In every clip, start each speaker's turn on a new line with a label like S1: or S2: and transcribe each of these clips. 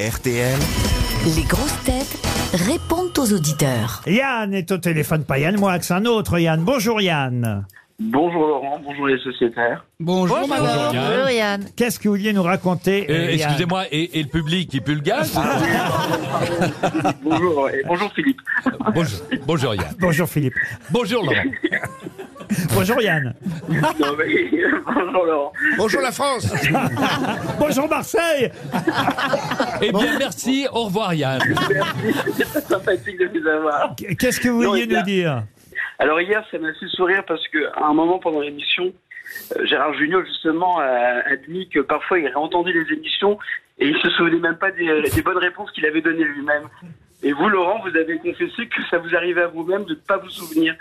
S1: RTL.
S2: Les grosses têtes répondent aux auditeurs.
S3: Yann est au téléphone, pas Yann Moix, un autre Yann. Bonjour Yann.
S4: Bonjour Laurent, bonjour les sociétaires.
S5: Bonjour, madame. Euh,
S6: Yann.
S3: Qu'est-ce que vous vouliez nous raconter
S6: Euh,
S3: euh, Yann
S6: Excusez-moi, et, et le public qui pue le gaz
S4: Bonjour, euh, et bonjour Philippe.
S5: Ah.
S6: bonjour, bonjour Yann.
S3: Bonjour Philippe.
S6: Bonjour Laurent.
S3: Bonjour Yann.
S4: Non, mais- bonjour Laurent.
S5: Bonjour la France.
S3: Bonjour Marseille.
S6: Eh bien merci, au revoir Yann.
S4: C'est très sympathique de vous avoir.
S3: Qu'est-ce que vous
S4: Non,
S3: vouliez
S4: il y a-
S3: nous dire
S4: Alors hier, ça m'a fait sourire parce que à un moment pendant l'émission, euh, Gérard Junior justement a admis que parfois il réentendait les émissions et il se souvenait même pas des, des bonnes réponses qu'il avait données lui-même. Et vous Laurent, vous avez confessé que ça vous arrivait à vous-même de ne pas vous souvenir.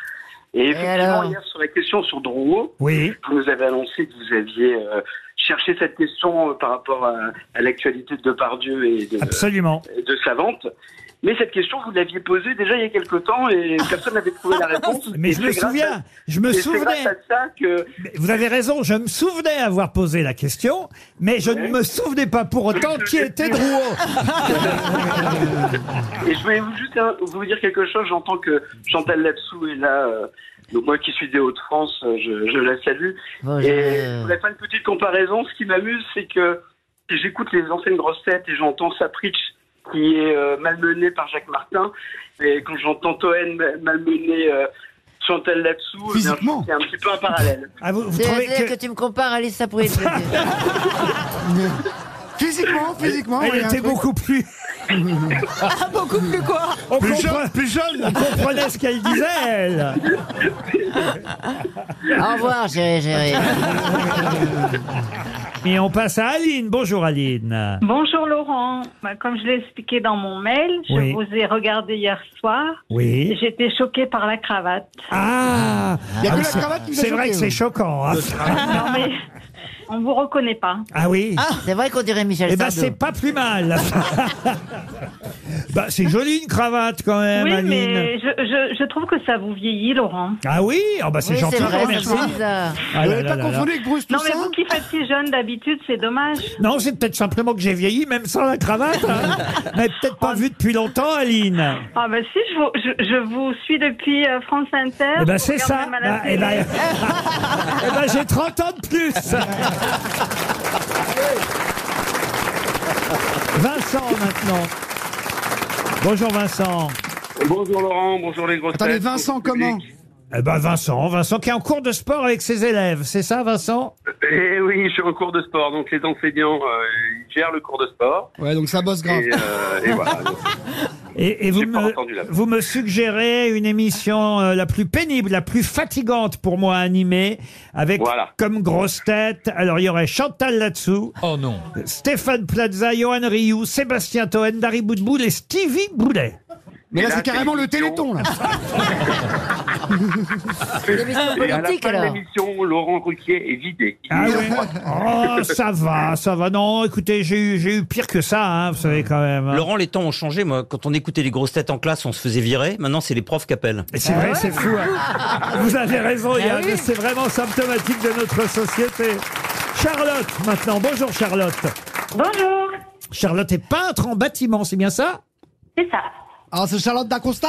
S4: Et effectivement,
S2: alors
S4: hier sur la question sur Drouot,
S3: Oui.
S4: Vous nous avez annoncé que vous aviez euh, cherché cette question euh, par rapport à, à l'actualité de Depardieu et
S3: Ah,
S4: de,
S3: Absolument.
S4: et de sa vente. Mais cette question, vous l'aviez posée déjà il y a quelque temps et personne n'avait trouvé la réponse.
S3: Mais
S4: Et
S3: je me
S4: c'est grâce
S3: souviens,
S4: à-
S3: je me
S4: et c'est grâce
S3: souvenais.
S4: à ça que
S3: Mais Vous avez raison, je me souvenais avoir posé la question, mais je ne me souvenais pas pour autant qui était Drouot.
S4: Et je voulais vous juste hein, vous dire quelque chose. J'entends que Chantal Lapsou est là. euh, donc moi qui suis des Hauts-de-France, euh, je, je la salue. Et je
S2: euh,
S4: voulais faire une petite comparaison. Ce qui m'amuse, c'est que j'écoute les anciennes grosses têtes et j'entends Sapritch qui est euh, malmené par Jacques Martin. Et quand j'entends Toen ma- malmené euh, Chantal Lapsou, eh bien,
S5: Physiquement.
S4: c'est un petit peu un parallèle.
S3: Ah, vous, vous trouvez
S7: C'est-à-dire que...
S3: que...
S7: tu me compares à Lisa Prouet.
S5: Physiquement, physiquement.
S3: Elle
S5: oui, un
S3: était
S5: truc.
S3: beaucoup plus... beaucoup plus quoi
S5: plus jeune, plus jeune.
S3: On comprenait ce qu'elle disait, elle.
S7: Au revoir, chérie, chérie.
S3: Et on passe à Aline. Bonjour Aline.
S8: Bonjour Laurent. Bah, Comme je l'ai expliqué dans mon mail, je
S3: Oui.
S8: vous ai regardé hier soir.
S3: Oui.
S8: J'étais choquée par la cravate.
S3: Ah,
S5: Il y a
S3: Ah,
S5: que la
S3: c'est-
S5: cravate qui nous a
S3: C'est vrai
S5: choqués,
S3: que c'est
S5: oui.
S3: choquant. hein.
S8: Non mais on vous reconnaît pas.
S3: Ah oui.
S7: C'est vrai qu'on dirait Michel
S3: Eh ben
S7: Sardou.
S3: c'est pas plus mal. bah c'est joli une cravate quand même,
S8: oui,
S3: Aline.
S8: mais je, je, je trouve que ça vous vieillit, Laurent.
S3: Ah oui, oh bah c'est
S7: Oui,
S3: gentil,
S7: c'est vrai,
S3: merci.
S7: c'est bizarre.
S3: Ah
S5: Vous
S3: là
S5: l'avez
S3: là
S5: pas
S3: là là.
S5: confondu avec Bruce
S8: Non, mais
S5: Toussaint
S8: vous qui faites si jeune d'habitude, c'est dommage.
S3: Non, c'est peut-être simplement que j'ai vieilli, même sans la cravate. hein. Mais peut-être pas vu depuis longtemps, Aline.
S8: Ah ben si, je vous, je, je vous suis depuis euh, France Inter.
S3: Eh ben
S8: Je
S3: c'est
S8: regarde
S3: ça.
S8: même à la
S3: Bah, eh
S8: télé.
S3: ben, eh ben, j'ai 30 ans de plus. Vincent maintenant. Bonjour Vincent.
S4: Bonjour Laurent, bonjour les grosses
S5: Attendez,
S4: têtes,
S5: Vincent,
S4: bonjour
S5: comment
S4: public.
S3: Eh ben Vincent, Vincent qui est en cours de sport avec ses élèves, c'est ça Vincent
S4: Eh oui, je suis en cours de sport. Donc les enseignants, euh, ils gèrent le cours de sport.
S5: Ouais, donc ça bosse grave.
S4: Et, euh, et voilà. Donc,
S3: Et, et vous,
S4: J'ai pas
S3: me,
S4: entendu la-
S3: vous me suggérez une émission euh, la plus pénible, la plus fatigante pour moi à animer, avec
S4: Voilà.
S3: comme grosse tête. Alors il y aurait Chantal là-dessous,
S6: Oh non.
S3: Stéphane Plaza, Johan Rioux, Sébastien Toen, Dari Boudboul et Stevie Boulet.
S5: Mais là,
S4: Et là,
S5: c'est Ah, carrément
S4: c'est
S5: le Téléthon, là.
S7: L'émission
S4: et à la
S7: politique,
S4: fin de
S7: alors.
S4: l'émission, Laurent Ruquier est vidé. Il
S3: Ah
S4: est
S3: oui. Oh, ça va, ça va. Non, écoutez, j'ai eu, j'ai eu pire que ça, hein, vous savez quand même. hein.
S9: Laurent, les temps ont changé. Moi, quand on écoutait les grosses têtes en classe, on se faisait virer. Maintenant, c'est les profs qui appellent.
S3: Et C'est vrai, c'est fou. hein. Vous avez raison, Yann, mais c'est vraiment symptomatique de notre société. Charlotte, maintenant. Bonjour, Charlotte. eh ben,
S8: Bonjour,
S3: Charlotte est peintre en bâtiment, c'est bien ça
S8: c'est ça.
S5: Alors, Ah, c'est Charlotte d'Acosta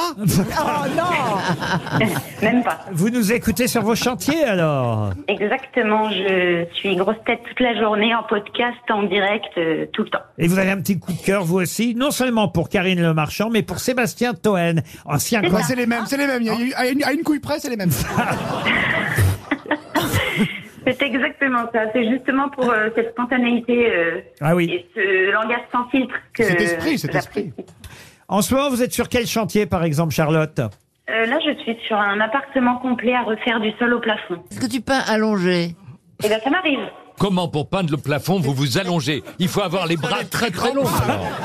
S8: Même pas.
S3: Vous nous écoutez sur vos chantiers, alors
S8: Exactement, je suis grosse tête toute la journée en podcast, en direct, euh, tout le temps.
S3: Et vous avez un petit coup de cœur, vous aussi, non seulement pour Karine Le Marchand, mais pour Sébastien Toen, ancien
S5: Ouais,
S3: grand...
S5: c'est les mêmes, c'est les mêmes. Il y a eu- à, une, à une couille près, c'est les mêmes.
S8: C'est exactement ça. C'est justement pour euh, cette spontanéité euh,
S3: Ah oui.
S8: et ce langage sans filtre que.
S5: Cet esprit, cet esprit.
S3: En ce moment, vous êtes sur quel chantier, par exemple, Charlotte
S8: Euh, là, je suis sur un appartement complet à refaire du sol au plafond.
S7: Est-ce que tu peins allongé
S8: Et bien, ça m'arrive.
S6: Comment pour peindre le plafond, vous vous allongez Il faut avoir les bras très très longs. alors.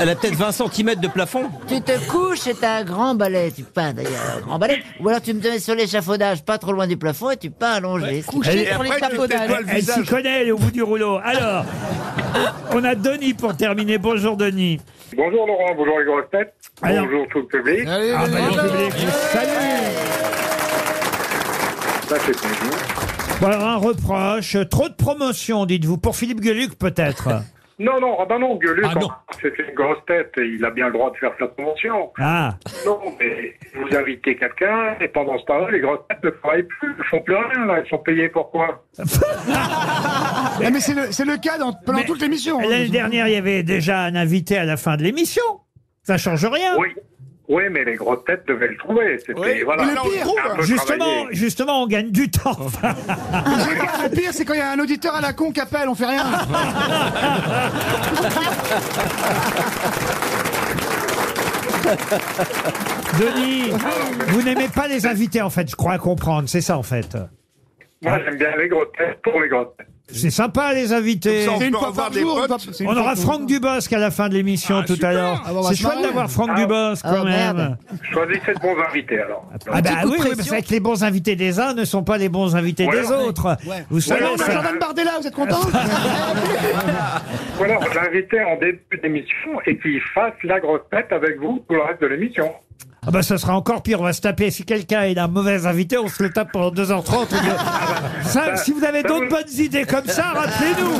S9: Elle a peut-être 20 cm de plafond.
S7: Tu te couches et t'as un grand balai. Tu peins d'ailleurs un grand balai. Ou alors tu me mets sur l'échafaudage, pas trop loin du plafond, et tu peins allongé.
S3: Elle,
S5: Après, tu t'étoiles le
S3: elle s'y
S5: visage.
S3: connaît, elle est au bout du rouleau. Alors, on a Denis pour terminer. Bonjour, Denis.
S4: Bonjour Laurent, bonjour les grosses têtes.
S3: Alors-
S4: bonjour tout le public.
S5: Allez,
S3: Ah,
S5: allez,
S3: bah,
S5: allez.
S3: le public vous salue.
S4: Ça c'est bonjour.
S3: Bon, alors, un reproche. Trop de promotion, dites-vous. Pour Philippe Gueluc, peut-être.
S1: Non, non, ah ben non, gueuler,
S6: Ah
S1: quand
S6: non.
S1: c'est une grosse tête, il a bien le droit de faire sa promotion.
S3: Ah,
S1: Non, mais vous invitez quelqu'un, et pendant ce temps-là, les grosses têtes ne travaillent plus, ne font plus rien, là, elles sont payées pour quoi
S5: Non, mais c'est le, c'est le cas dans, pendant
S3: Mais-
S5: toute l'émission. hein.
S3: l'année dernière, il y avait déjà un invité à la fin de l'émission. Ça change rien.
S1: Oui, oui, mais les grosses têtes devaient le trouver. C'était,
S5: Oui,
S1: voilà,
S5: mais le pire,
S1: un peu
S3: Justement,
S1: travaillé.
S3: justement, on gagne du temps.
S5: Ah, Le pire, c'est quand il y a un auditeur à la con qui appelle, on fait rien.
S3: Denis, vous n'aimez pas les invités, en fait, je crois comprendre. C'est ça, en fait.
S1: Moi, j'aime bien les grosses têtes pour les grosses têtes.
S3: C'est sympa, les invités.
S5: C'est une
S10: peut
S5: fois
S10: avoir
S5: par
S10: des
S5: jour. une
S10: potes.
S5: fois- c'est une
S3: On
S5: fois
S3: aura
S5: par-
S3: Franck Dubosc à la fin de l'émission tout à l'heure.
S5: Ah, bon, on va
S3: c'est
S5: se
S3: chouette
S5: marrer.
S3: d'avoir Franck
S1: Ah.
S3: Dubosc quand
S7: Oh,
S3: même.
S7: merde.
S1: Choisissez de bons invités, alors.
S3: Ah bah
S7: coup de
S3: oui, oui,
S7: pression.
S3: c'est vrai que les bons invités des uns ne sont pas les bons invités
S1: Ouais.
S3: des autres.
S5: Ouais.
S3: Vous savez,
S5: Alors, on a
S3: ça-
S5: Jordan Bardella, vous êtes content
S1: Ou alors, l'invitez en début d'émission, et qu'il fasse la grosse tête avec vous pour le reste de l'émission.
S3: Ah bah ça sera encore pire, on va se taper. Si quelqu'un est un mauvais invité, on se le tape pendant 2h30. ça, si vous avez
S1: ça
S3: d'autres
S1: vous-
S3: bonnes idées comme ça, rappelez-nous.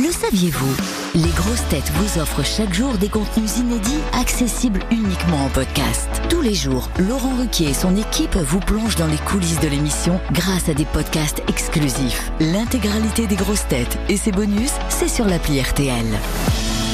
S2: Le saviez-vous Les grosses têtes vous offrent chaque jour des contenus inédits accessibles uniquement en podcast. Tous les jours, Laurent Ruquier et son équipe vous plongent dans les coulisses de l'émission grâce à des podcasts exclusifs. L'intégralité des grosses têtes et ses bonus, c'est sur l'appli RTL.